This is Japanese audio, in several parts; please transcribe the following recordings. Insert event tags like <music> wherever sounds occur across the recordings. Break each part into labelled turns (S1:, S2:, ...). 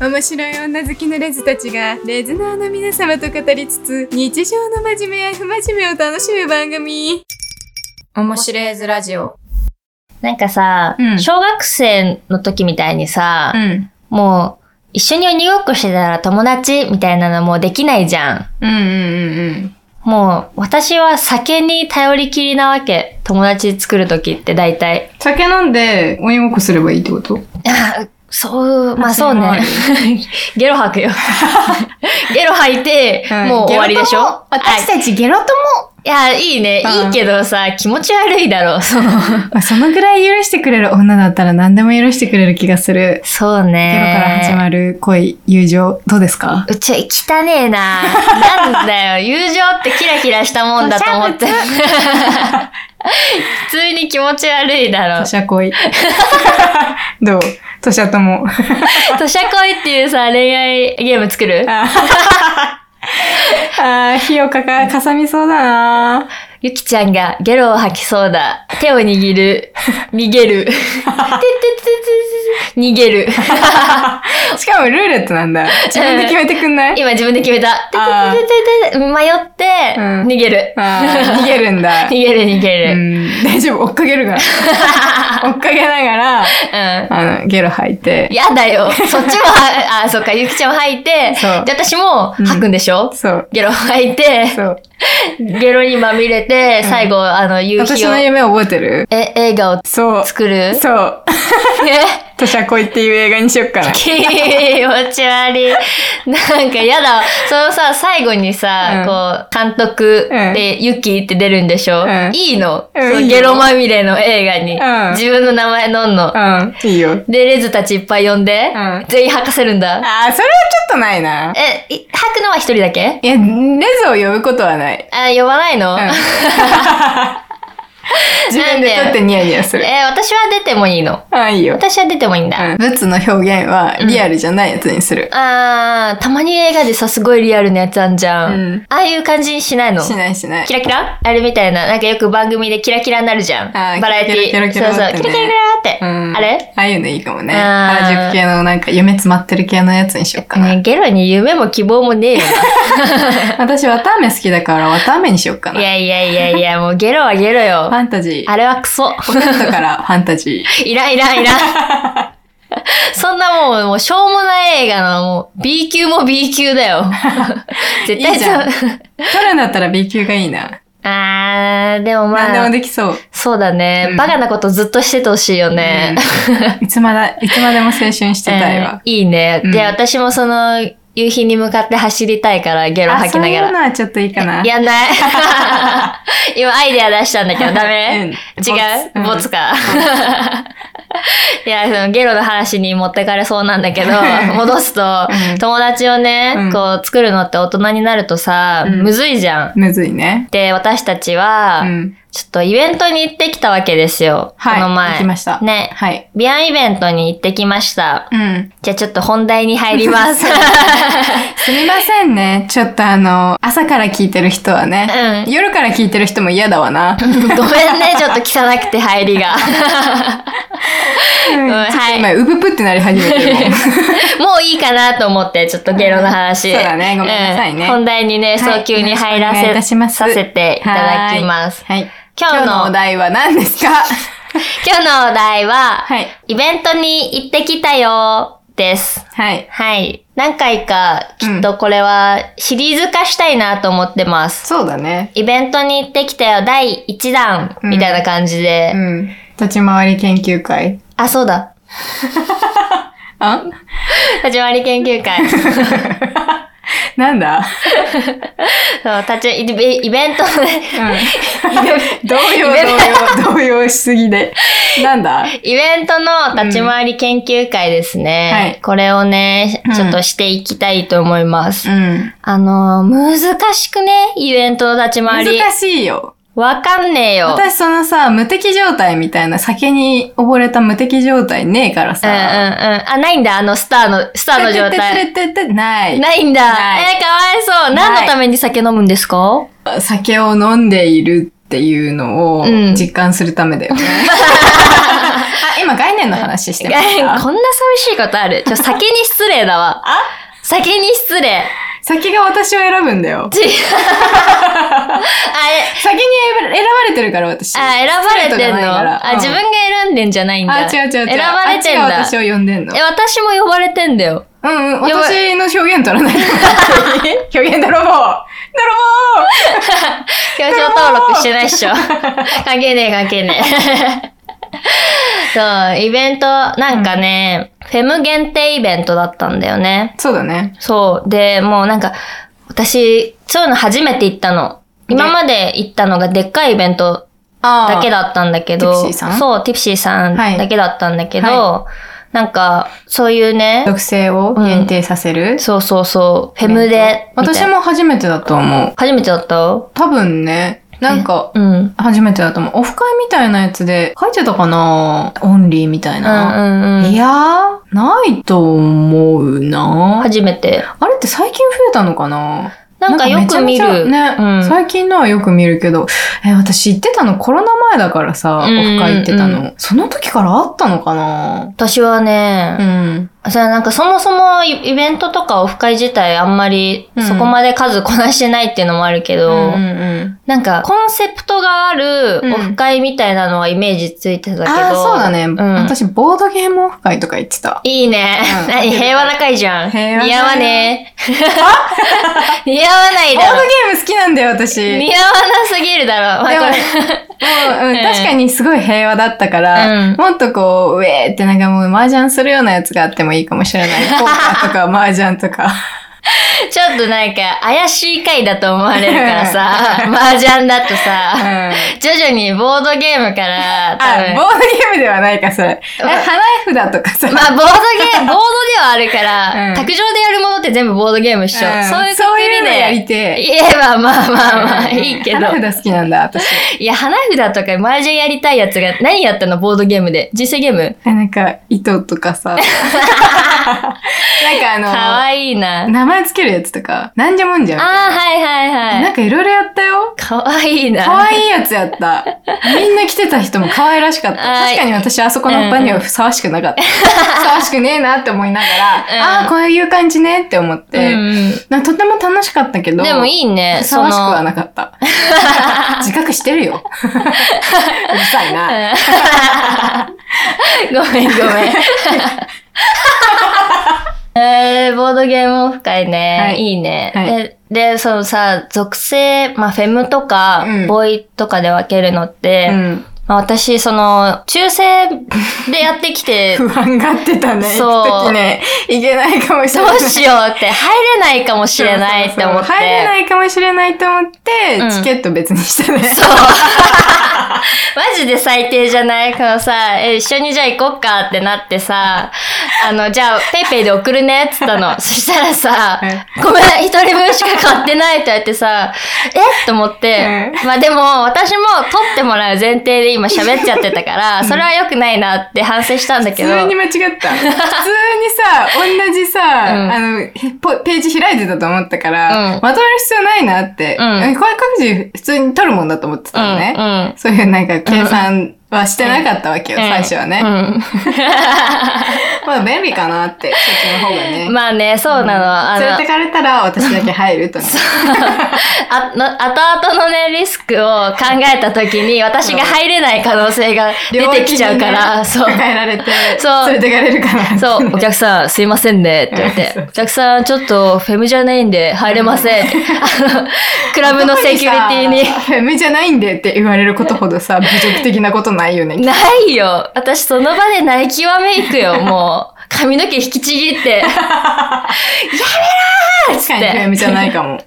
S1: 面白い女好きのレズたちがレズナーの皆様と語りつつ日常の真面目や不真面目を楽しむ番組面白いズラジオ
S2: なんかさ、
S1: うん
S2: 小学生の時みたいにさ、
S1: ん
S2: もう一緒に鬼ごっこしてたら友達みたいなのもうできないじゃん。
S1: うんうんうん
S2: もう私は酒に頼りきりなわけ。友達作る時って大体。
S1: 酒飲んで鬼ごっこすればいいってこと
S2: あそう、まあ
S1: そ
S2: そう
S1: れもあ
S2: ね
S1: る。
S2: <laughs> ゲ
S1: <laughs>
S2: ロ吐くよ。ゲロ吐いて、
S1: うん
S2: もう終わりでしょ
S1: ゲロ友私
S2: はい
S1: たちゲロとも、
S2: いや、いいね。
S1: うん
S2: いいけどさ、気持ち悪いだろう。そう。
S1: まあ、そのぐらい許してくれる女だったら何でも許してくれる気がする。
S2: そう
S1: ゲロから始
S2: ね。
S1: まる恋、友情、どうですか
S2: うちは汚ねえな。なんだ
S1: <laughs>
S2: よ。友情ってキラキラしたもんだと思って。普通に気持ち悪いだろ
S1: 土
S2: う。
S1: 砂 <laughs> 恋。どう土砂とも。
S2: 土砂恋っていうさ、恋愛ゲーム作る
S1: あー、ひよかか、かさみそうだな
S2: ゆきちゃんがゲロを吐きそうだ。手を
S1: <laughs>
S2: 握る。逃げる。てってってって逃げ
S1: <laughs>
S2: る。
S1: しかもルーレットなん
S2: <laughs>
S1: だ。自分で決めてくんない、
S2: 今自分で決めた。
S1: あー
S2: てってってって迷って、
S1: うん
S2: 逃げる。
S1: あー逃げるんだ
S2: <laughs> 逃。げる逃
S1: う
S2: げる。
S1: ん、大丈夫、追っかけ
S2: <laughs>
S1: るから。追っかけながら、
S2: うん。
S1: あの、ゲロ吐いて。
S2: やだよ。そっちもは、あ、そっか、ゆきちゃんも吐いて、
S1: そう
S2: で、私も吐くんでしょ、
S1: そう。
S2: ゲロ吐いて、
S1: そう。
S2: ゲロにまみれて、最後、あの、夕
S1: 私
S2: 日を
S1: の、夢覚えてる
S2: え、映画を
S1: そう。
S2: 作る
S1: <laughs> そう。
S2: え
S1: 土砂恋っていう映画にしよっかな。
S2: 気持ち
S1: <laughs>
S2: 悪い。なんかやだ。そのさ、最後にさ、こう、監督で、ユキって出るんでしょ、
S1: うん
S2: いいの、
S1: うん
S2: その
S1: いいよ
S2: ゲロまみれの映画に。
S1: うん
S2: 自分の名前のんの。
S1: うん、いいよ。
S2: で、レズたちいっぱい呼んで、
S1: うん
S2: 全員吐かせるんだ。
S1: ああ、それはちょっとないな。
S2: え、い吐くのは一人だけ
S1: いや、レズを呼ぶことはない。
S2: あ、呼ばないの、
S1: うん自分で取ってニヤニヤする。
S2: <laughs> えー私は出てもいいの。
S1: ああ、いいよ。
S2: 私は出てもいいんだ。
S1: うん、物の表現はリアルじゃないやつにする。
S2: あー、たまに映画でさ、すごいリアルなやつあんじゃん。
S1: うん
S2: ああいう感じにしないの
S1: しないしない
S2: キ。ラキラあれみたいな。なんかよく番組でキラキラになるじゃん。
S1: あー
S2: バラエティ
S1: キラキラキラ
S2: そうそ
S1: キ
S2: う。
S1: ラってね
S2: キラキラキラって。
S1: うん
S2: あれ
S1: ああいうのいいかもね。
S2: あー
S1: 原宿系のなんか夢詰まってる系のやつにしよっかな。
S2: ねゲロに夢も希望もねえよ。
S1: 私、綿飴好きだから綿飴にしよっか
S2: い
S1: な。
S2: やいやいやいや、もうゲロはゲロ
S1: フ
S2: よ。
S1: ァンタジー。
S2: あれはクソ。
S1: ポテトからファンタジー。
S2: いらんいらんいらん。
S1: <laughs>
S2: そんなもう、もうしょうもない映画の、もう、B 級も B 級
S1: <laughs>
S2: だよ。絶対
S1: いいじ
S2: そ
S1: ゃん
S2: う。 <laughs>
S1: 取るんだったら B 級がいいな。
S2: あー、でも
S1: 何でも
S2: まあ、
S1: できそう。
S2: そうだね、
S1: うん
S2: バカなことずっとしててほしいよね。
S1: うんいつまだ、いつまでも青春してたいわ。
S2: えーいいね。
S1: うん
S2: で、私もその、夕日に向かって走りたいから、ゲロ
S1: あ
S2: 吐きなが
S1: そういうの
S2: ら。
S1: はちょっといいかな。
S2: や
S1: <laughs>
S2: んない。今、アイデア出したんだけど、ダ
S1: <laughs> うん
S2: メ、違う
S1: ボツうん
S2: ボツか。 <laughs> いや、その、ゲロの話に持ってかれそうなんだけど、戻すと、
S1: うん
S2: 友達をね、
S1: うん
S2: こう、作るのって大人になるとさ、
S1: うん
S2: むずいじゃん。
S1: むずいね。
S2: で、私たちは、
S1: うん。
S2: ちょっとイベントに行ってきたわけですよ。
S1: はい。
S2: この前。
S1: 行きました。
S2: ね。
S1: はい。
S2: ビアンイベントに行ってきました。
S1: うん。
S2: じゃあちょっと本題に入り
S1: <laughs>
S2: ます。
S1: すみませんね。ちょっとあの、朝から聞いてる人はね。
S2: うん
S1: 夜から聞いてる人も嫌だわな。
S2: ごめんね、ちょっと汚くて入
S1: <laughs>
S2: りが。
S1: うん
S2: はい
S1: ちょっと今、うぷぷってなり始めて
S2: <laughs>
S1: るもん。
S2: もういいかなと思って、ちょっとゲロの話。
S1: そうだねごめんなさいね
S2: うん本題にね、
S1: はい
S2: 早急に入
S1: よ
S2: ら
S1: ろしくお願いい
S2: せ、
S1: たします
S2: させていただきます。
S1: はい。
S2: 今日の
S1: 今日のお題は何ですか
S2: 今日のお題 <laughs> は、
S1: はい。
S2: イベントに行ってきたよです。
S1: はい。
S2: はい。何回か、きっとこれはシリーズ化したいなと思ってます。
S1: そうだね。
S2: イベントに行ってきたよ、第1弾、
S1: うん
S2: みたいな感じで。
S1: うん。立ち回り研究会。
S2: あ、そうだ。
S1: あ
S2: 立ち回り研究会。
S1: なんだ
S2: そう、立ち、イベイベント
S1: う
S2: で、
S1: ん。 <laughs> 動揺、
S2: イベン
S1: 動揺、動揺しすぎで。なんだ
S2: イベントの立ち回り研究会ですね。
S1: うんはい
S2: これをね
S1: うん、
S2: ちょっとしていきたいと思います。
S1: うん。
S2: あのー、難しくね、イベントの立ち回り。
S1: 難しいよ。
S2: わかんねえよ。
S1: 私そのさ、無敵状態みたいな、酒に溺れた無敵状態ねえから
S2: うんうんうん。
S1: さ。
S2: あ、ないんだ、あのスターの、スターの状態。
S1: てててててない。
S2: ないんだ。
S1: ない
S2: えー、かわいそう。
S1: ない
S2: 何のために酒飲むんですか
S1: 酒を飲んでいるっていうのを
S2: うん
S1: 実感するためだよね。あ、今概念の話話してました。
S2: <laughs> こんな寂しいことある。ちょ、先に失礼だわ。
S1: あ
S2: 先に失礼。
S1: 先が私を選ぶんだよ。
S2: 違う。あえ、
S1: 先に選ば選ばれてるから私。
S2: あ、選ばれ
S1: ストレ
S2: てん
S1: ートじゃないか
S2: の
S1: ら
S2: あ、
S1: うん
S2: 自分が選んでんじゃないんだ。
S1: あ、違う違う違う。
S2: 選ばれてん
S1: あっ
S2: だ。
S1: ちが私を呼んでんの
S2: え、。私も呼ばれてんだよ。
S1: うんうん。
S2: ばい
S1: 私の表現取らないでもらっていい表現泥棒泥棒
S2: 表彰登録してない
S1: <laughs>
S2: っしょ。関係ねえ関係ねえ。そう、イベント、なんかね、フェム限定イベントだったんだよね。
S1: そうだね。
S2: そう。で、もうなんか、私、そういうの初めて行ったの。今まで行ったのがでっかいイベント
S1: あ
S2: だけだったんだけ
S1: あーテ
S2: ど、
S1: ィプシーさん
S2: そう、ティプシーさん
S1: はい
S2: だけだったんだけど、
S1: は
S2: なんか、そういうね、
S1: 属性を限定させる。
S2: そうそうそう、フェムで、みたい
S1: 私
S2: な
S1: も初めてだと思う。
S2: 初めてだった
S1: 多分ね、なんか、
S2: うん。うん
S1: 初めてだと思う。オフ会みたいなやつで書いてたかなオンリーみたいうな。
S2: んうん。
S1: いやー、ないと思うな。
S2: 初めて。
S1: あれって最近増えたのかな
S2: なんかよく見
S1: なんか
S2: る。
S1: めちゃめちゃね、
S2: うん
S1: 最近のはよく見るけど、え、私行ってたのコロナ前だからさ、オ
S2: うん
S1: フ会行ってたの。
S2: うん
S1: その時からあったのかな
S2: 私は
S1: う
S2: ね、
S1: ん。
S2: さなんかそもそもイイベントとかオフ会自体あんまり
S1: うん
S2: そこまで数こなしてないっていうのもあるけ
S1: う
S2: ど、
S1: んうん
S2: なんかコンセプトがある
S1: うん
S2: オフ会みたいなのはイメージついてたけど。
S1: ああ、そうだね、
S2: ん
S1: 私、ボードゲームオフ会とか行ってた。
S2: いいね。
S1: うん
S2: 何平和な会じゃん。
S1: 平和だね
S2: 似合わね
S1: <laughs>
S2: え。似合わない
S1: ボー
S2: だ
S1: ドゲ
S2: ろ。
S1: ーム好きなんだよ、私。
S2: 似合わなすぎるだろ。まあ
S1: でも
S2: これ <laughs>
S1: もう、うん、
S2: ええ
S1: 確かにすごい平和だったから、
S2: うん
S1: <laughs> もっとこう、ウェーってなんかもう麻雀するようなやつがあってもいいかもしれな
S2: <laughs>
S1: い。ポーカーとか麻雀とか。
S2: ちょっとなんか怪しい回だと思われるか
S1: <laughs>
S2: らさ、麻雀だ
S1: う
S2: と
S1: ん、
S2: さ、
S1: あ、
S2: 徐々にボードゲームから、多分
S1: ボードゲームではないか、それ。え、
S2: うん
S1: 花札とかさ。
S2: まあ、ボード
S1: <laughs>
S2: ゲーム、ボードではあるか
S1: う
S2: ら、
S1: ん
S2: 卓上でやるものって全部ボードゲームっしょ。
S1: うん
S2: そういうく
S1: そう
S2: く
S1: いう
S2: り
S1: のや
S2: で
S1: りて
S2: 言えば、まあまあまあ、
S1: うん
S2: いいけど。
S1: <laughs> 花札好きなんだ、
S2: <laughs>
S1: 私。
S2: いや、花札とか麻雀やりたいやつが、何やったのボードゲームで。人生ゲーム
S1: えなんか、糸とか
S2: <laughs>
S1: さ。なん
S2: か
S1: かあ
S2: わいいな。
S1: の、名前つけるやつとか、なんじゃもんじゃ
S2: あ
S1: ん
S2: ー、。はいはいは。
S1: ないんかいろいろやったよ。
S2: かわいいな。
S1: 可愛いやつやった。みんな来てた人も可愛らしかった。
S2: あー
S1: 確かに私あそこの場にはふさわしくな
S2: <laughs>
S1: かった。ふさわしくねえなって思いながら、
S2: うん
S1: ああ、こういう感じねって思っ
S2: うん
S1: て、なとても楽しかったけ
S2: う
S1: ど、
S2: ん。でもいいね。
S1: ふさ
S2: そ
S1: わしくは
S2: の、
S1: なかった。自覚して
S2: <laughs>
S1: るよ。うるさいな。
S2: ごめんごめん。えー、ボードゲームオフ会ね。
S1: はい
S2: い、いね、
S1: はい
S2: で。で、そのさ、属性、まあ、フェムとか、
S1: うん
S2: ボーイとかで分けるのっ
S1: う
S2: て、
S1: ん、
S2: まあ、私、その、中性でやってき
S1: <laughs>
S2: て、
S1: 不安がってたね。
S2: そう
S1: 行く時ね、いけないかもし
S2: ど
S1: れない。
S2: うしようって、入れないかもしれないって思って。
S1: そうそうそう入れないかもしれないと思って、
S2: うん
S1: チケット別にしたね。
S2: そう。 <laughs> マジで最低じゃないこのさ、え、一緒にじゃあ行こっかってなってさ、あの、じゃあ、ペイペイで送るねって言っ
S1: <laughs>
S2: たの。そしたらさ
S1: え、
S2: ごめん、一人分しか買ってないって言ってさ、えと思って、まあでも、私も取ってもらう前提で今喋っちゃってたから、それは良くないなって反省したんだけ
S1: 普通に
S2: ど、 <laughs>
S1: 間違った。普通にさ、同じさ、
S2: うん
S1: あのへポ、ページ開いてたと思ったから、
S2: うん
S1: まとめる必要ないなって、
S2: うん
S1: これ各自普通に取るもんだと思ってたのね。
S2: うんうん
S1: そういうなんか計算はしてなかったわけよ、最初はね。まあ便利かなって、そっちの方が
S2: う
S1: ね。
S2: ん。 <laughs> まあね、そうなの。あの
S1: 連れてかれたら私だけ入ると <laughs> ね。
S2: あの、後々のね、リスクを考えた時に、私が入れない可能性が出てきちゃうから、
S1: 両脇にね
S2: <laughs> そう。
S1: 抱えられて、
S2: そう
S1: 連れてかれるかな。
S2: そう、お客さん、すいませんね、って言っ
S1: そう
S2: て。お客さん、ちょっと、フェムじゃないんで、入れませ <laughs> んって。あの、クラブのセキュリティに。
S1: ィに。目じゃ <laughs> ないんでって言われることほどさ、侮辱的なことないよね。
S2: <laughs> ないよ。私、その場で泣きわめいく <laughs> よ、もう。髪の毛引きちぎ <laughs> って。やめろーっつ
S1: 確かに
S2: っ
S1: FM じゃないかも。
S2: て。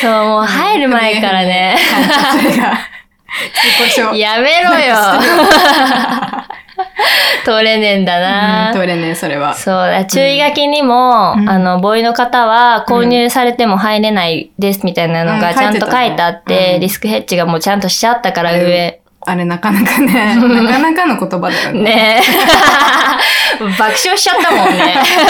S2: そう、もう入る前からね。
S1: はい。それが、自己紹
S2: やめろ <laughs> よ。通れねえんだ
S1: う
S2: な。
S1: ん、通れねえ、それは。
S2: そうだ、注意書きにも、
S1: うん
S2: あの、ボーイの方は購入されても入れないですみたいなの
S1: う
S2: が
S1: ん
S2: ちゃんと書
S1: う
S2: いてあっ
S1: ん書いてた
S2: て、
S1: ねうん
S2: リスクヘッジがもうちゃんとしちゃったから
S1: うん
S2: 上、
S1: あれなかなかね、なかなかの言葉だよね。 <laughs>
S2: ねえ。爆笑しちゃった <laughs> もんね。
S1: 入れ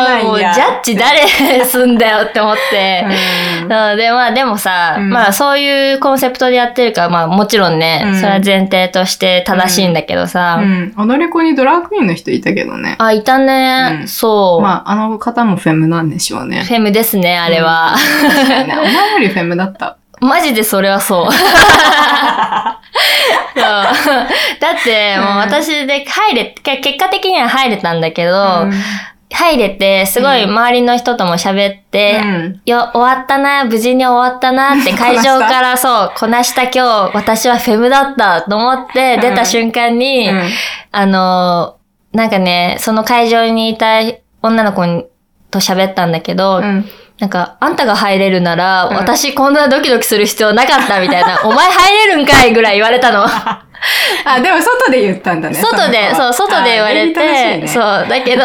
S1: ない
S2: そうもうジ
S1: や。
S2: ャッジ誰すんだよって思って。
S1: うん
S2: なので、まあでもさ、
S1: うん
S2: まあそういうコンセプトでやってるから、まあもちろんね、
S1: うん
S2: それは前提として正しいんだけどさ、
S1: うん。踊り子にドラァグクイーンの人いたけどね。
S2: あ、いたね、
S1: うん
S2: そう、
S1: まあ、あの方もフェムなんでしょうね。
S2: フェムですね、あれは。 <laughs>
S1: 確かにねお前よりフェムだった。
S2: マジでそれはそ
S1: <laughs>
S2: う。そうだって、もう私で入れ、け結果的には入れたんだけど、入れて、すごい周りの人とも喋って、
S1: うん
S2: よ、終わったな、無事に終わったな
S1: <laughs>
S2: って会場からそう、こなした今日、私はフェムだったと思って出た瞬間に、
S1: うん
S2: あのー、なんかね、その会場にいた女の子にと喋ったんだけど、
S1: うん
S2: なんか、あんたが入れるなら、
S1: うん
S2: 私こんなドキドキする必要なかったみた
S1: <laughs>
S2: いな、お前入れるんかいぐらい言われたの。
S1: あ、でも外で言ったんだね。
S2: 外で、そう、外で言われて、そう、
S1: う。
S2: だけど、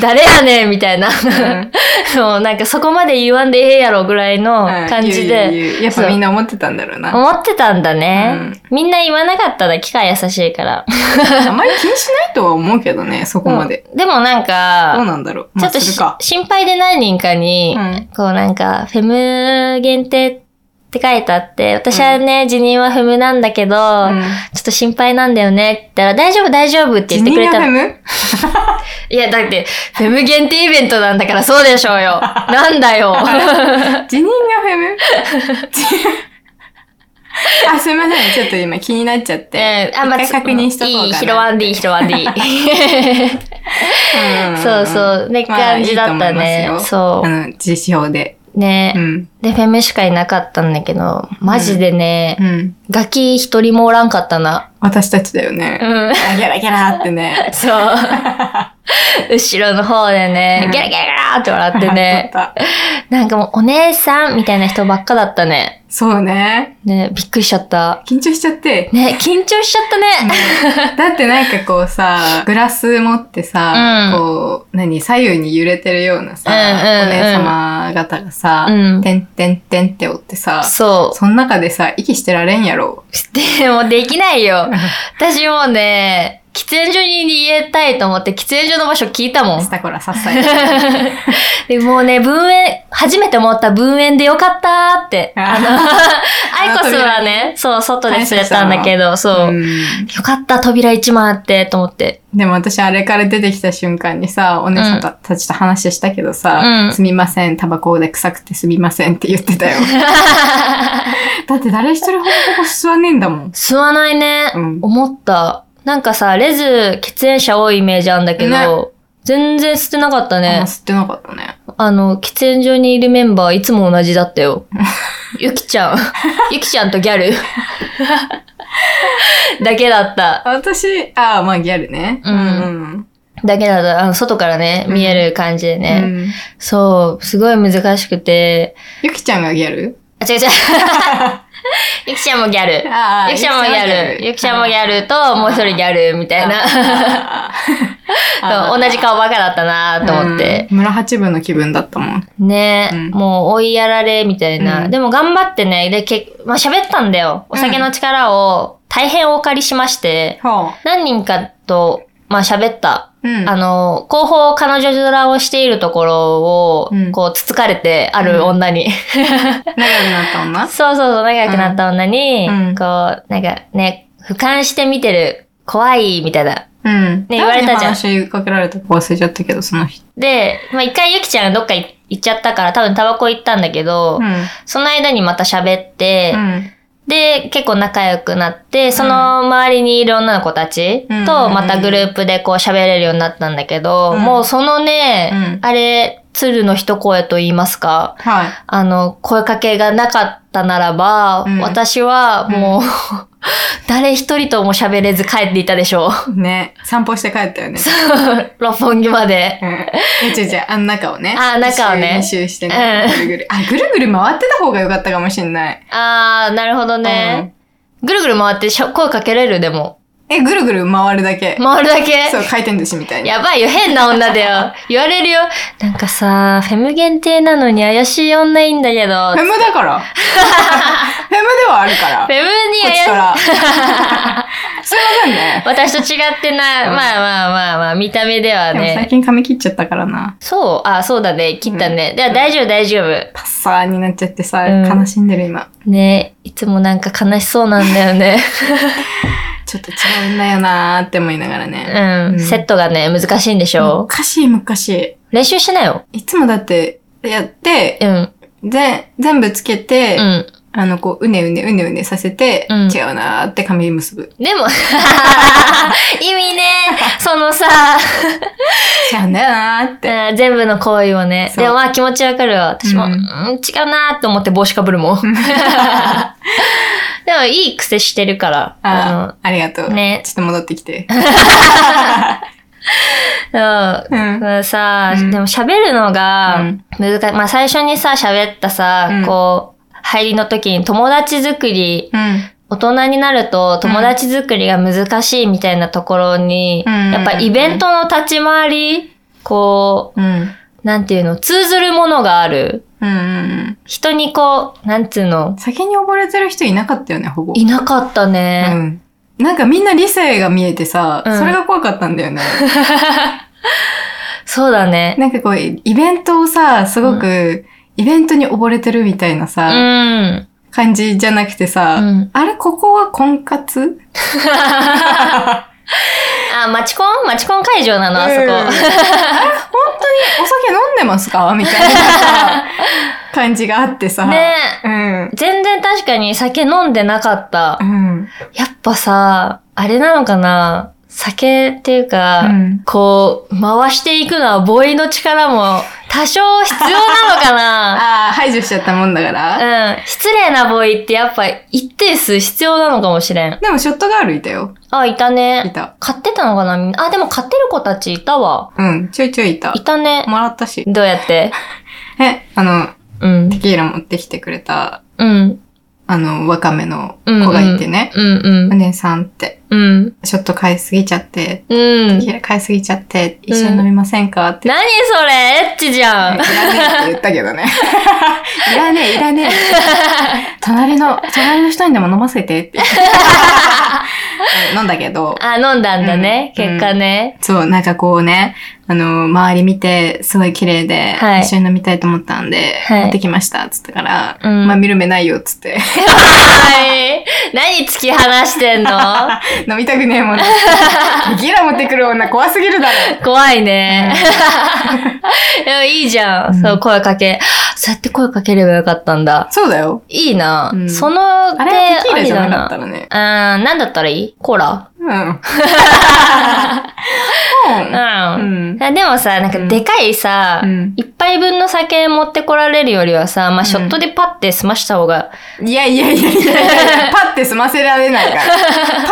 S2: 誰やねんみたいな。 <laughs> そう、なんかそこまで言わんでええやろぐらいの感じ
S1: うん言う言
S2: で、
S1: う言うやっぱみんな思ってたんだろうな。
S2: 思ってたんだね。みんな言わなかっただ、機械優しいから。
S1: あまり気にしないとは思うけどね、そこまで。
S2: でもなん
S1: どう
S2: か、
S1: なんだろう。
S2: ち
S1: ま
S2: ょ
S1: あ
S2: っと
S1: する
S2: し
S1: か。
S2: 心配で何人かに、
S1: うん
S2: こうなんか、フェム限定って書いてあって、私はね、辞任はフェムなんだけど、
S1: うん
S2: ちょっと心配なんだよねって言ったら、大丈夫大丈夫って言ってくれたの
S1: ジニーがフェム
S2: いや、だって、フェム限定イベントなんだからそうでしょ
S1: <laughs>
S2: うよ。なんだよ。
S1: 辞任がフェ
S2: <laughs>
S1: ムあ、すいません。ちょっと今気になっちゃって。
S2: えー
S1: 一回
S2: つ
S1: 確認しとこうかな。
S2: いい、拾わんでいい、拾わんでいい。
S1: うん
S2: そうそう。ね、
S1: まあ
S2: 感じだったね。
S1: いいと思います
S2: そ
S1: あの、自称で。
S2: う。ね、
S1: うん。
S2: で、フェムしかいなかったんだけど、マジでね、
S1: うん。
S2: ガキ一人もおらんかったな。
S1: 私たちだよね。
S2: うん。
S1: あギャラギャラってね。、
S2: そう。 <laughs> 後ろの方でね、ギャラギャラギャラって笑ってね
S1: <laughs> 笑っとった
S2: なんかもうお姉さんみたいな人ばっかだったね。
S1: そうね。
S2: ね、びっくりしちゃった。
S1: 緊張しちゃって。
S2: ね、緊張しちゃったね。
S1: <laughs> だってなんかこうさ、グラス持ってさ、
S2: うん
S1: こう、何、左右に揺れてるようなさ、
S2: うんうんう
S1: お
S2: ん
S1: 姉様方がさ、
S2: うん
S1: てんてんてんって追ってさ、
S2: そ
S1: その中でさ、息してられんやろ。
S2: う。でもできないよ。私もうね、喫煙所に逃げたいと思って、喫煙所の場所聞いたもん
S1: し。たこらさっさい。
S2: <laughs> でもうね、分煙、初めて思った分煙でよかったーって。
S1: <laughs>
S2: アイコスはね、そう、外で釣れたんだけど、そうう。
S1: ん
S2: よかった、扉一枚あって、と思って。
S1: でも私あれから出てきた瞬間にさ、お姉さんたたちと話したけどさ、
S2: うん
S1: すみません、タバコで臭くてすみませんって言ってたよ。 <laughs> だって誰一人ほぼほぼ吸わねえんだもん。
S2: 吸わないね、
S1: うん
S2: 思った。なんかさ、レズ、喫煙者多いイメージあんだけど、
S1: ね
S2: 全然吸ってなかった
S1: あん
S2: ね
S1: ま。吸ってなかったね。
S2: あの、喫煙所にいるメンバーいつも同じだったよ。 <laughs> ゆきちゃん。 <laughs> ゆきちゃんとギャル。 <laughs> だけだった。
S1: 私、ああ、まあギャルね。
S2: うん
S1: ん。
S2: だけだった。あの、外からね、
S1: うん
S2: 見える感じでね。
S1: うん
S2: そう、すごい難しくて。
S1: ゆきちゃんがギャル
S2: あ、違う違う。 <laughs> ゆきちゃんもギャル。
S1: あ
S2: ゆきちゃんもギャル。ゆきちゃんもギャルと、もう一人ギャルみたいな。
S1: あー
S2: そう同じ顔バカだったなと思って。。
S1: うん村八分の気分だったもん。
S2: ね、
S1: うん
S2: もう追いやられみたいな。
S1: うん
S2: でも頑張ってね、で、けまあ、喋ったんだよ。お酒の力を大変お借りしまして、
S1: ほ
S2: 何人かと、まあ、喋った。
S1: う。うん。
S2: あの、後方彼女面をしているところを、
S1: うん
S2: こう、つつかれて、ある女に。
S1: 長くなった女
S2: <laughs> そうそうそう、長くなった女に、
S1: うん
S2: こう、なんかね、俯瞰して見てる、怖い、みたいな。
S1: うん。
S2: 言われたじゃん
S1: 誰に話しかけられたか忘れちゃったけど、その人。
S2: で、まあ、一回ゆきちゃんがどっか行っちゃったから、多分タバコ行ったんだけど、
S1: うん。
S2: その間にまた喋って、
S1: うん
S2: で、結構仲良くなって、その周りにいる女の子たち
S1: うん
S2: と、またグループでこう喋れるようになったんだけど、
S1: うん
S2: もうそのね、
S1: うん
S2: あれ、鶴の一声と言いますか、
S1: はい。
S2: あの、声かけがなかったならば、
S1: うん
S2: 私はもう、 <laughs> 誰一人とも喋れず帰っていたでしょう。 <laughs>
S1: ね、散歩して帰ったよね。
S2: 六本木まで。
S1: うん。え、違う違う、あの中をね。
S2: あ中をね
S1: 一周二周してね。
S2: うん
S1: ぐるぐる。あ、ぐるぐる回ってた方が良かったかもしんない。
S2: あー、なるほどね。ぐるぐる回ってしょ声かけれるで
S1: う
S2: も。
S1: ん。え、ぐるぐる回るだけ。
S2: 回るだけ
S1: そう、回転寿司みたいに。
S2: やばいよ、変な女だよ。言われるよ。なんかさ、フェム限定なのに怪しい女いいんだけど
S1: <laughs> フ、ェムだ
S2: <laughs>
S1: から。フェムではあるから。
S2: フ
S1: こ
S2: ェムに
S1: っ
S2: 怪し
S1: ち
S2: い
S1: か。ら。
S2: <laughs>
S1: すいませんね。
S2: 私と違ってな、
S1: うん
S2: まあまあまあまあ、見た目では
S1: でも最
S2: ね。
S1: 近髪切っちゃったからな。
S2: そう、あ、そうだね、切ったね。では大丈夫、大丈夫。
S1: パッサーになっちゃってさ、
S2: うん
S1: 悲しんでる今。
S2: ね、いつもなんか悲しそうなんだ
S1: <laughs>
S2: よね。
S1: ちょっと違うんだよなーって思いながらね。
S2: うん、セットがね、難しいんでしょ
S1: 昔昔。
S2: 練習しなよ。
S1: いつもだって、やって
S2: う、ん、
S1: ぜ全部つけて、
S2: うん。
S1: あの、こう、うねうねうねうねさせて、
S2: うん
S1: 違うなーって髪結ぶ。
S2: でも、 <laughs> 意味ね、そのさ、
S1: 違うんだよなーって。
S2: うん全部の行為をね。
S1: そう
S2: でもまあ気持ちわかるわ。私も、
S1: う
S2: うんん、違うなーって思って帽子かぶるも
S1: <laughs>
S2: ん。<laughs> でもいい癖してるから。
S1: あーありがとう。
S2: ね
S1: ちょっと戻ってきて。
S2: の
S1: う
S2: うん
S1: ん。
S2: まあさ、
S1: うん
S2: でも喋るの
S1: う
S2: が
S1: ん
S2: 難しい。まあ最初にさ、喋ったさ、
S1: うん
S2: こう、入りの時に友達作り、
S1: うん。
S2: 大人になると友達作りが難しいみたいなところに、
S1: うん
S2: やっぱイベントの立ち回り、こ
S1: うん。
S2: う、なんていうの、通ずるものがある。
S1: うんうん
S2: 人にこう、なんつうの
S1: うん。、先に溺れてる人いなかったよね、ほぼ。
S2: いなかった
S1: う
S2: ね。
S1: ん。なんかみんな理性が見えてさ、
S2: うん
S1: それが怖かったんだ
S2: <laughs>
S1: よね。
S2: そうだね。
S1: なんかこう、イベントをさ、すごく、イベントに溺れてるみたいな
S2: う
S1: さ、
S2: ん。
S1: 感じじゃなくてさ、
S2: うん
S1: あれ、ここは婚活
S2: あ、マチコンマチコン会場なの、あそこ。
S1: うんあれ、本当にお酒飲んでます
S2: <laughs>
S1: かみたいなさ、感じがあってさ。
S2: ね
S1: うん。
S2: 全然確かに酒飲んでなかった
S1: う。ん。
S2: やっぱさ、あれなのかな酒っていうか、
S1: うん
S2: こう、回していくのはボイの力も多少必要なのかな
S1: <laughs> ああ、排除しちゃったもんだから。
S2: うん。失礼なボイってやっぱ一定数必要なのかもしれん。
S1: でも、ショットガールいたよ。
S2: あ、いた
S1: い
S2: ね。
S1: た。
S2: 買ってたのかなみんな。あ、でも買ってる子たちいたわ。
S1: うん。ちょいちょいいた
S2: い。たね。
S1: もらったし。
S2: どうやって
S1: え、あの、
S2: うん。
S1: テキーラ持ってきてくれた、
S2: うん。
S1: あの、ワカメの
S2: う
S1: 子
S2: ん。
S1: がいてね。
S2: うん
S1: お姉さんって、
S2: うん。うん。
S1: ショット買いすぎちゃって、
S2: うん。
S1: 嫌い買いすぎちゃって、一緒に飲みませんかって。
S2: 何それエッチじゃん。
S1: いらねえって言ったけ
S2: <laughs>
S1: どね。いらねえ、いらねえ。隣の、隣の人にでも飲ませて
S2: <laughs>
S1: って。飲んだけど、
S2: あ、飲んだんだね。
S1: うん
S2: 結果ね。
S1: そう、なんかこうね、あの、周り見て、すごい綺麗で、
S2: はい
S1: 一緒に飲みたいと思ったんで、
S2: はい
S1: 持ってきました、つったから、
S2: うん
S1: まあ見る目ないよ、つって。
S2: はい。何突き放してんの
S1: <laughs> 飲みたくね
S2: <laughs>
S1: えもん。テキーラ持ってくる女怖すぎるだろ。
S2: 怖いね。でもいいじゃ
S1: う
S2: ん。
S1: ん
S2: そう、声かけ。そうやって声かければよかったんだ。
S1: そうだよ。
S2: いいな。
S1: うん
S2: その
S1: あ
S2: 手、
S1: れはテキーラじゃ
S2: あり
S1: なかった
S2: だ
S1: らね。
S2: な。うん、なんだったらいいコーラ
S1: うん。も
S2: うん。
S1: うん。
S2: あでもさ、なんか
S1: うん
S2: でかいさ、
S1: うん
S2: 一杯分の酒持ってこられるよりはさ、まあ、ショットでパッて済ました方が、
S1: いやいやいやいやパッて済ませられない
S2: <laughs>
S1: から。パ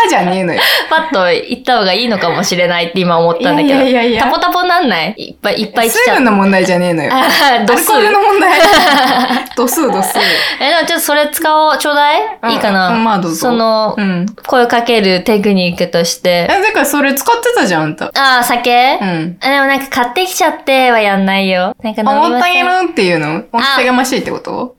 S1: じゃねえのよ。
S2: パッと行った方がいいのかもしれないって今思ったんだけど。
S1: いやいやいや
S2: タポタポなんないいっぱいいっぱい来ち
S1: 水
S2: ゃう
S1: 分。の問題じゃねえのよ。ア
S2: あー度
S1: ル
S2: 数
S1: コールの問題。
S2: <laughs>
S1: 度数度数。
S2: え、でもちょっとそれ使おう、ちょうだい、
S1: うん
S2: いいかな
S1: うんまあどうぞ
S2: その、
S1: うん。
S2: 声かけるテクニックとし
S1: え、
S2: て。
S1: だからそれ使ってたじゃん、あんた。
S2: ああ、酒、
S1: う
S2: あ
S1: ん。
S2: でもなんか買ってきちゃってはやんないよ。なんか飲み
S1: 思っ
S2: ま
S1: た
S2: せ
S1: げ
S2: ん
S1: るっていうのお手がましいってこと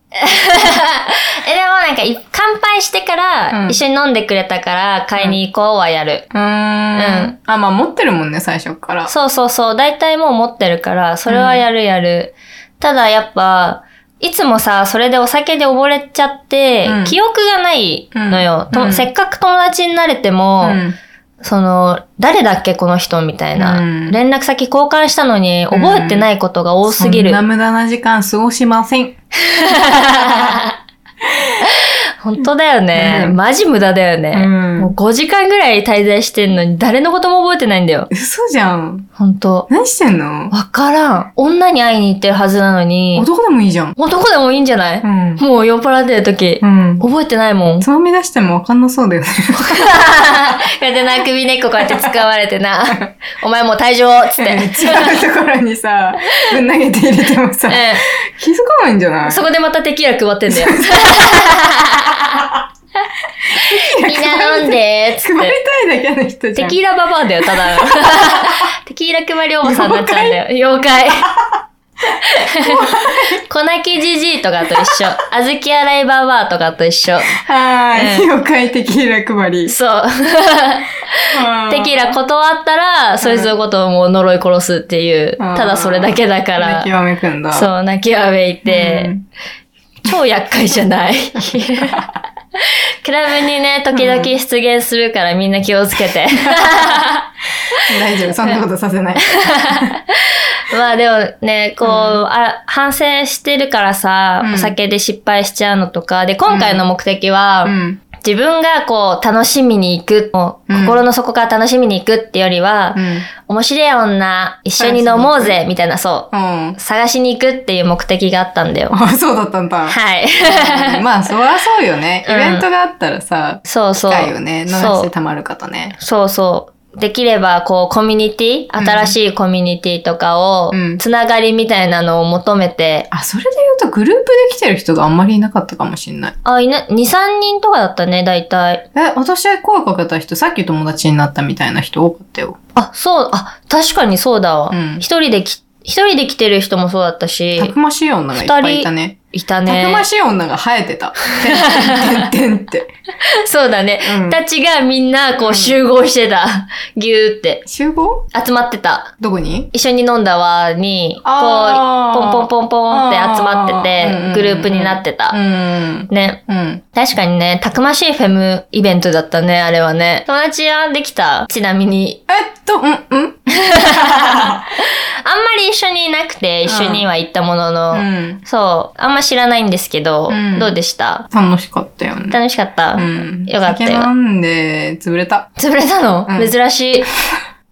S2: え、でもなんかい乾杯してから、
S1: うん
S2: 一緒に飲んでくれたから買いに行こうはやる。
S1: うーん。あ、まあ持ってるもんね、最初から。
S2: そうそうそう。大体もう持ってるから、それはやるやる。ただやっぱ、いつもさ、それでお酒で溺れちゃって、
S1: うん
S2: 記憶がないのよ、
S1: うん
S2: と
S1: うん
S2: せっかく友達になれて
S1: う
S2: も、
S1: ん。
S2: その、誰だっけこの人みたいな、
S1: うん
S2: 連絡先交換したのに覚えてないことが多すぎる。
S1: そんな無駄な時間過ごしません。
S2: 本当だよね、
S1: うん
S2: マジ無駄だよね、
S1: うん
S2: もう5時間ぐらい滞在してんのに誰のことも覚えてないんだよ。
S1: 嘘じゃん。
S2: 本当
S1: 何してんの
S2: わからん。女に会いに行ってるはずなのに、
S1: 男でもいいじゃん。
S2: 男でもいいんじゃない、
S1: ん。
S2: もう酔っ払ってる時、
S1: うん。
S2: 覚えてない <laughs> もん。
S1: つまみ出してもわかんなそうだよね。
S2: でな、首根っここうやって使われて <laughs> な、お前もう退場っつって。
S1: 違うところに
S2: <laughs>
S1: さ、ぶん投げて入れてもさ、気づかないんじゃな
S2: うん、
S1: い
S2: そこでまたテキーラ配ってんだよ。みんな飲んでーっ <laughs> つっ
S1: <laughs> 配り
S2: て。
S1: たいだけの人じ
S2: テ
S1: ゃん。
S2: キーラババアだよ、ただの。 <laughs> テキーラ配りおばさんになっちゃうんだよ。妖怪。 <laughs> 粉きじじいとかと一緒。あずき洗いババアとかと一緒。
S1: はーい。
S2: う
S1: 妖怪テキーラ配り。
S2: そう。テキーラ断ったら、そいつのことをもう呪い殺すっていう、
S1: うん
S2: ただそれだけだか
S1: 泣
S2: ら
S1: き。わめくんだ。
S2: そう、泣きわめいて、
S1: うん
S2: 超厄介じゃ
S1: <laughs>
S2: ない。クラブにね、時々出現するからみんな気をつけて。
S1: 大丈夫。そんなことさせない。
S2: <laughs> まあでもね、こう、あ反省してるからさ、
S1: うん
S2: お酒で失敗しちゃうのとか、で、今回の目的は、
S1: うん。
S2: 自分がこう、楽しみに行く、もう
S1: うん
S2: 心の底から楽しみに行くってよりは、
S1: うん。
S2: 面白い女、一緒に飲もうぜ、みたいな、そう。
S1: うん。
S2: 探しに行くっていう目的があったんだよ。
S1: あ、そうだったんだ。
S2: はい。
S1: うんまあ、そりゃそうよね。イ
S2: うん
S1: ベントがあったらさ、
S2: そう
S1: 機
S2: そう。
S1: 会をね、飲ま
S2: そ
S1: せて
S2: う。
S1: たまるかとね。
S2: そうそう。できれば、こう、コミュニティ、新しいコミュニティとかを、
S1: うん
S2: つながりみたいなのを求めて、
S1: あ、それで言うとグループで来てる人があんまりいなかったかもしんない。
S2: あ、いな、2、3人とかだったね、大体。
S1: え、私は声かけた人、さっき友達になったみたいな人多かったよ。
S2: あ、そう、あ、確かにそうだわ
S1: うん。、
S2: 一、人でき、一人で来てる人もそうだったした
S1: くましい女がいっぱいいたね。
S2: い
S1: た
S2: た
S1: くま
S2: ね。
S1: しい女が生えてた。てんてんてんてんって。
S2: そうだね。
S1: うん
S2: たちがみんな、こ
S1: うん
S2: う、集合してた。ぎゅーって。
S1: 集合
S2: 集まってた。
S1: どこに
S2: 一緒に飲んだわに、こう、
S1: あー
S2: ポンポンポンポンって集まって
S1: あーうんうんうん
S2: て、グループになって
S1: う
S2: た。
S1: ん。
S2: ね。
S1: うん。
S2: 確かにね、たくましいフェムイベントだったね、あれはね。友達はできたちなみに。
S1: えっと、うん、う
S2: <laughs>
S1: ん。
S2: あんまり一緒にいなくて、一緒には行ったものの、
S1: うん。
S2: そう、あんま知らないんですけど、
S1: うん
S2: どうでした
S1: 楽しかったよね。
S2: 楽しかった、
S1: うん。
S2: よかった
S1: 酒
S2: よ
S1: 飲んで、潰れた。
S2: 潰れたの、
S1: うん
S2: 珍しい。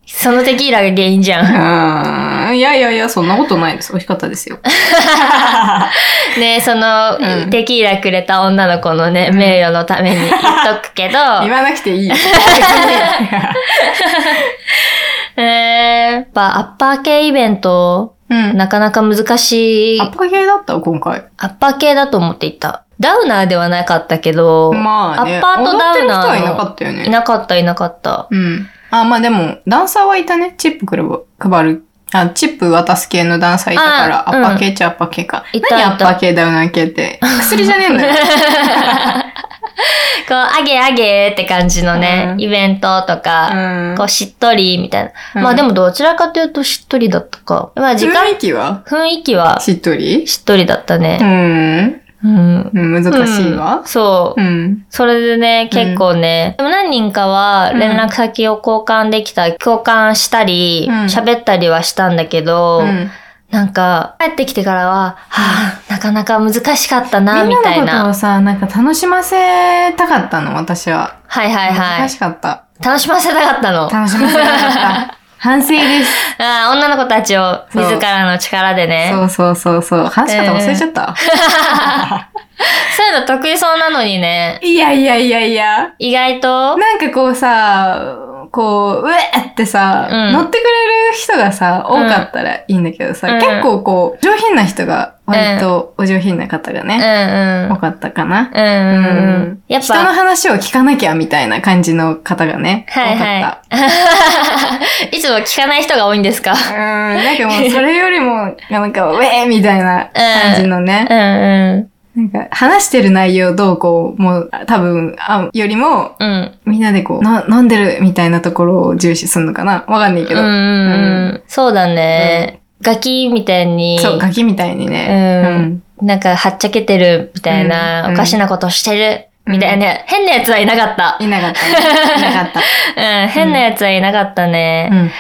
S2: そのテキーラが原因じゃ。
S1: うん <laughs> ーん。いやいやいや、そんなことないです。美味しかったですよ。
S2: ねその、
S1: うん
S2: テキーラくれた女の子のね、名誉のために言っと
S1: <laughs>
S2: くけど、
S1: 言わなくて
S2: <laughs>
S1: いいよ。
S2: えー、やっぱアッパー系イベント、
S1: うん。
S2: なかなか難しい
S1: アッパー系だったわ今回。
S2: アッパー系だと思っていた。ダウナーではなかったけど、
S1: まあね。
S2: アッパーとダウナーの
S1: 踊ってる人はいなかったよね。
S2: いなかった、いなかった。
S1: うん。あ、まあでも、ダンサーはいたね。チップくれば配る。あ、チップ渡す系のダンサーいたから、
S2: あ
S1: ア
S2: うん
S1: ッパー系っちゃアッパー系か。
S2: いた
S1: 何
S2: い
S1: ア
S2: た
S1: ッパー系、ダウナー系って。薬じゃねえんだ
S2: <laughs>
S1: よ。
S2: こう、あげあげって感じのね、
S1: うん
S2: イベントとか、
S1: うん
S2: こう、しっとりみたいな。
S1: うん
S2: まあでもどちらかというとしっとりだったか。まあ時間、
S1: 雰囲気は
S2: 雰囲気は
S1: しっとり
S2: しっとりだった
S1: う
S2: ね。
S1: ん。
S2: うん。
S1: うん難しい
S2: うん
S1: わ。
S2: そう。
S1: うん。
S2: それでね、結構ね、でも何人かは連絡先を交換できた、交換したり
S1: うん、
S2: 喋、ったりはしたんだけど、
S1: うん
S2: なんか、帰ってきてからは、はあ、なかなか難しかったな、み
S1: みん
S2: た
S1: ないのこと
S2: な。
S1: をさ、なんか楽しませたかったの、私は。
S2: はいはいは
S1: 難
S2: い
S1: し。かった。
S2: 楽しませたかったの。あ
S1: 楽しませなか
S2: <laughs>
S1: った。反省です。
S2: あ女の子たちを
S1: そう
S2: 自らの力でね。
S1: そうそうそうそう。話し方忘れちゃった。
S2: そういうの得意そうなのにね。
S1: いやいやいやいや。
S2: 意外と、
S1: なんかこうさ、こう、うえってさ、
S2: うん
S1: 乗ってくれる人がさ、多かったらいいんだけどさ、
S2: うん
S1: 結構こう、上品な人が、割とお上品な方が
S2: うん
S1: ね、
S2: うん。
S1: 多かったかな。
S2: うんうんう
S1: うん
S2: ん。やっ
S1: 人
S2: <laughs>
S1: の
S2: ぱ、
S1: 話を聞かなきゃみたいな感じの方がね、
S2: はい
S1: 多か
S2: は
S1: った。
S2: い。いつも聞かない人が多いんですか
S1: うん、なんかもうそれよりも、なんか、ウェーみたいな感じのね
S2: う、んう
S1: なんか、話してる内容どうこう、もう、あ多分、あ、よりも、
S2: ん。うん。
S1: みんなでこう、な、飲んでるみたいなところを重視するのかなわかんないけ
S2: うん
S1: ど。
S2: うんうん。そうだね。ガキみたいに。
S1: そう、ガキみたいに
S2: う
S1: ね。
S2: なんか、はっちゃけてる、みたいな、
S1: うん
S2: おかしなことしてる、
S1: うん
S2: みたいな、変なやつはいなかった。
S1: いなかったね。いな
S2: <laughs>
S1: かった。
S2: うん、変なやつはいなかった
S1: う
S2: ね。
S1: ん。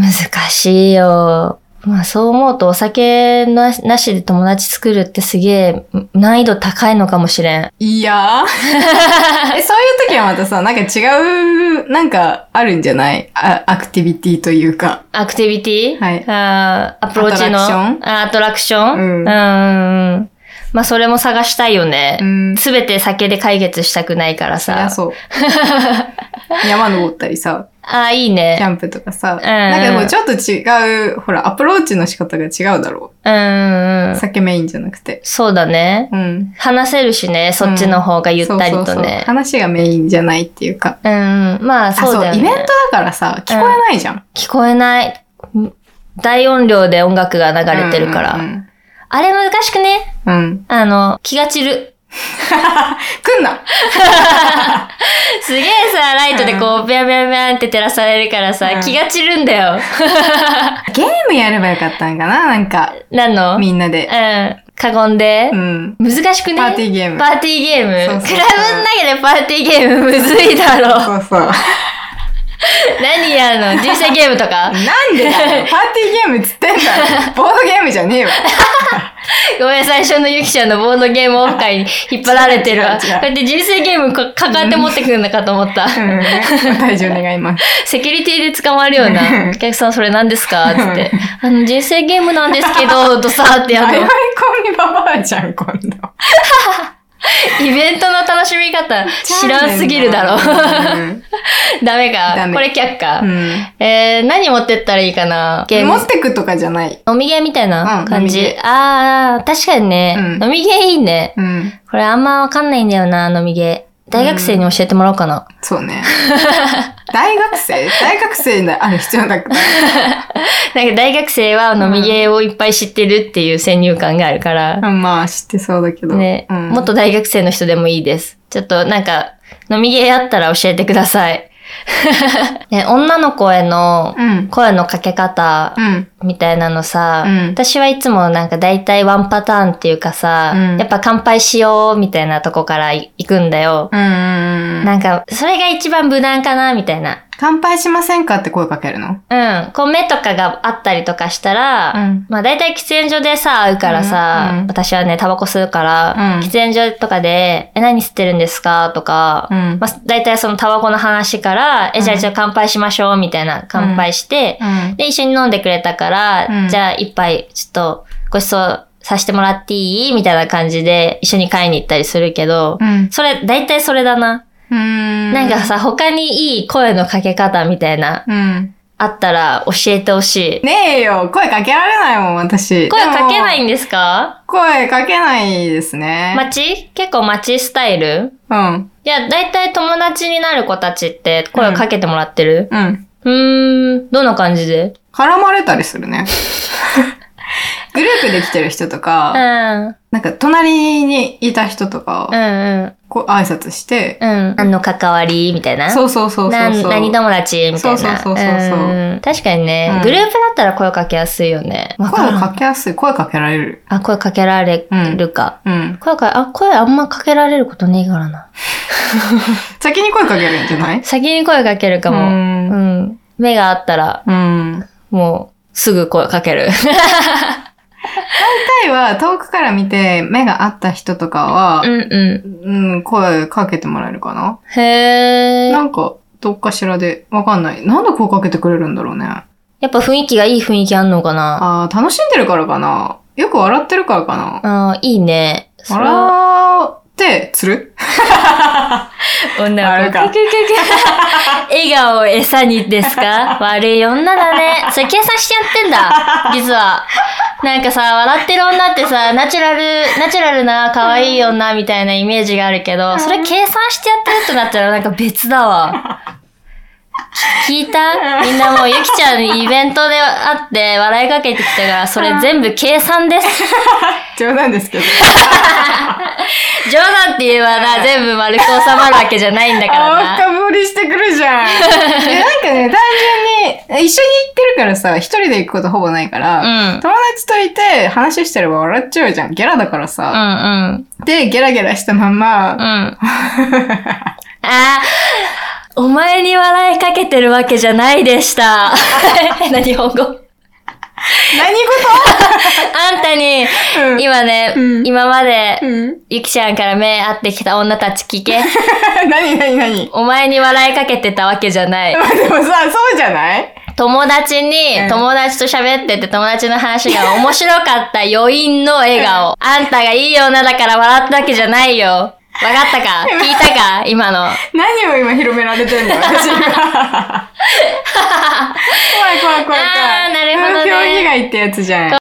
S2: 難しいよ。まあ、そう思うと、お酒ななしで友達作るってすげえ、難易度高いのかもしれん。
S1: いやー
S2: <laughs>
S1: えそういう時はまたさ、なんか違う、なんかあるんじゃないあアクティビティというか。
S2: アクティビティ
S1: はい
S2: あーアプローチの。
S1: アトラクシ
S2: ョンアトラクション
S1: うん
S2: うんうん。まあ、それも探したいよ
S1: う
S2: ね。
S1: ん。
S2: <laughs> すべ、て酒で解決したくないから
S1: そり
S2: さ
S1: ゃ。そう。山登ったりさ。
S2: ああ、いい
S1: キ
S2: ね。
S1: ャンプとかさ。
S2: ん
S1: なんかもうちょっと違う、ほら、アプローチの仕方が違うだろ
S2: うんうん
S1: う。
S2: うん。
S1: 酒メインじゃなくて。
S2: そうだね。
S1: うん。
S2: 話せるしね、そっちの方がゆったり
S1: そうそ
S2: と
S1: うそう
S2: ね。
S1: 話がメインじゃないっていうか。
S2: うんうん。まあ、
S1: あ、
S2: そう
S1: そう
S2: だよ
S1: イ
S2: ね。
S1: ベントだからさ、聞こえないじゃん。
S2: 聞こえない。ん大音量で音楽が流れてるから。
S1: うん
S2: あれ難しくね。
S1: うんうん。 <laughs> うん。
S2: あの、気が散る。
S1: 来んな
S2: すげえさ、ライトでこう、ビャンビャンビャンって照らされるからさ
S1: うん、
S2: 気が散るんだよ。
S1: ゲームやればよかったんかななんか、
S2: 何のうん。
S1: みんなで。
S2: 過言で
S1: う。ん。
S2: 難しくね
S1: パーティーゲーム。
S2: パーティーゲーム。
S1: そうそうそう
S2: クラブの中でパーティーゲームむずいだろう。
S1: そうそう。
S2: 何やんの人生ゲーム
S1: <laughs>
S2: と
S1: な
S2: か
S1: んでだよ
S2: <laughs>
S1: パーティーゲームっつってんだよ。ボードゲームじゃねえわ。
S2: ごめん、最初のゆきちゃんのボードゲームオフ会に引っ張られてるわ。
S1: 違
S2: こ
S1: う違う違う
S2: うやって人生ゲームか抱えて持ってくるのかと思った。 <laughs>
S1: うん。退場願います。
S2: セキュリティで捕まる
S1: <laughs>
S2: よう
S1: うん
S2: な、お客さんそれ何ですかつって。あの、人生ゲームなんですけど、とさ、ってや
S1: <laughs> あいあい
S2: るの。
S1: 込みババアじゃん、今度。
S2: イベントの楽しみ方、知らんすぎるだろ。
S1: うん
S2: <laughs> ダメ
S1: ダメ
S2: か。これ却下。
S1: うん。
S2: えー、何持ってったらいいかなゲー
S1: 持。
S2: ム
S1: ってくとかじゃない。
S2: 飲みゲーみたいな
S1: うん飲
S2: 感
S1: み
S2: じ。
S1: ゲ
S2: あー、確かにね、
S1: うん
S2: 飲みゲーいいね。
S1: うん。
S2: これあんまわかんないんだよな、飲みゲー。大学生に教えてもらおうかな。
S1: そうね。大学生大学生にある必要なく
S2: <laughs>
S1: ない。
S2: なんか大学生は飲みゲーをいっぱい知ってるっていう先入観があるから、
S1: うんまあ、知ってそうだけど。
S2: ね、
S1: うん
S2: もっと大学生の人でもいいです。ちょっとなんか、飲みゲーあったら教えてください。 <laughs> ね、女の子への
S1: うん。
S2: 声のかけ方
S1: うん。
S2: みたいなのさ、
S1: うん
S2: 私はいつもなんか大体ワンパターンっていうかさ、
S1: うん
S2: やっぱ乾杯しようみたいなとこからい行くんだよ。
S1: うん。
S2: なんか、それが一番無難かなみたいな。
S1: 乾杯しませんかって声かけるの
S2: うん。こう目とかがあったりとかしたら、
S1: うん
S2: まあ大体喫煙所でさ、会うからさ、
S1: うんうん
S2: 私はね、タバコ吸うから、
S1: うん
S2: 喫煙所とかで、え、何吸ってるんですかとか、
S1: うん
S2: まあ大体そのタバコの話から、え、じゃあ一応乾杯しましょうみたいな、乾杯して、
S1: うん。
S2: で、一緒に飲んでくれたから、
S1: うん
S2: じゃあ一杯、ちょっと、ごちそうさせてもらっていいみたいな感じで、一緒に買いに行ったりするけど、
S1: うん。
S2: それ、大体それだな。
S1: うん。
S2: なんか、さ、他にいい声のかけ方みたいな、
S1: うん。
S2: あったら教えてほしい。
S1: ねえよ、声かけられないもん、私。
S2: 声かけな
S1: でも
S2: いんですか
S1: 声かけないですね。
S2: 街結構街スタイル
S1: うん。
S2: いや、大体友達になる子たちって声をかけてもらってる、
S1: うん。
S2: うーん、どんな感じで
S1: 絡まれたりする
S2: <laughs>
S1: ね。グループで来てる人と
S2: うん、う
S1: か、
S2: ん、
S1: なんか隣にいた人とか、
S2: うん、
S1: こう挨拶して、
S2: うん。何の関わりみたいな。
S1: そうそうそうそう
S2: なん
S1: そう。
S2: 何友達みたいな。
S1: そうそうそうそうそうん
S2: 確かにね、
S1: うん
S2: グループだったら声かけやすいよね。わ
S1: 声
S2: かる
S1: かけやすい、声かけられる。
S2: あ、声かけられるか。
S1: うん。
S2: 声か、あ、声あんまかけられることねえからな。
S1: 先に声かけるんじゃない
S2: 先に声かけるか
S1: う。
S2: も。うんん。目があったら、
S1: うん。
S2: もう、すぐ声かける。
S1: 大体は遠くから見て目が合った人とかは
S2: う、んう
S1: うん、声かけてもらえるかな。
S2: ん。へ
S1: な
S2: ー。
S1: んか、どっかしらで、わかんない。なんで声かけてくれるんだろうね。
S2: やっぱ雰囲気がいい雰囲気あんのかな
S1: あー楽しんでるからかな。よく笑ってるからかな。
S2: あーいいね。それは
S1: 笑って、釣る
S2: 女
S1: あれ
S2: の子。
S1: か
S2: くくくく笑顔を餌にです <laughs> か悪い女だね。それ計算してやってん <laughs> だ。実は。なんかさ、笑ってる女ってさ、ナチュラル、ナチュラルな可愛い女みたいなイメージがあるけど、それ計算してやってるとなったらなんか別だわ。聞いたみんなもうゆきちゃんイベントで会って笑いかけてきたから、それ全部計算です。
S1: 冗談ですけど。
S2: 冗談って言えばな、全部丸く収まるわけじゃないんだからな
S1: あ。ー、深掘りしてくるじ
S2: <laughs>
S1: ゃん。えなんかね、単純に、一緒に行ってるからさ、一人で行くことほぼないから、
S2: うん。
S1: 友達といて話してれば笑っちゃうじゃん。ゲラだから
S2: う
S1: さ。
S2: んうん。
S1: で、ゲラゲラしたまんま、
S2: うん。
S1: <laughs>
S2: ああ、お前に笑いかけてるわけじゃない
S1: <laughs>
S2: でした。変な日本語。
S1: 何
S2: あんたに、
S1: 事、うん
S2: 今ね、
S1: うん
S2: 今まで、
S1: うん、
S2: ゆきちゃんから目合ってきた女たち聞け。
S1: 何何何
S2: お前に笑いかけてたわけじゃない。
S1: でもさ、そうじゃない
S2: 友達
S1: うん
S2: に、友達と喋ってて友達の話が面白かった余韻の笑顔。あんたがいい女だから笑ったわけじゃないよ。わか
S1: <laughs>
S2: ったか聞いたか今の。 <laughs>
S1: 何を今広められてんの私が。会ってやつじゃん。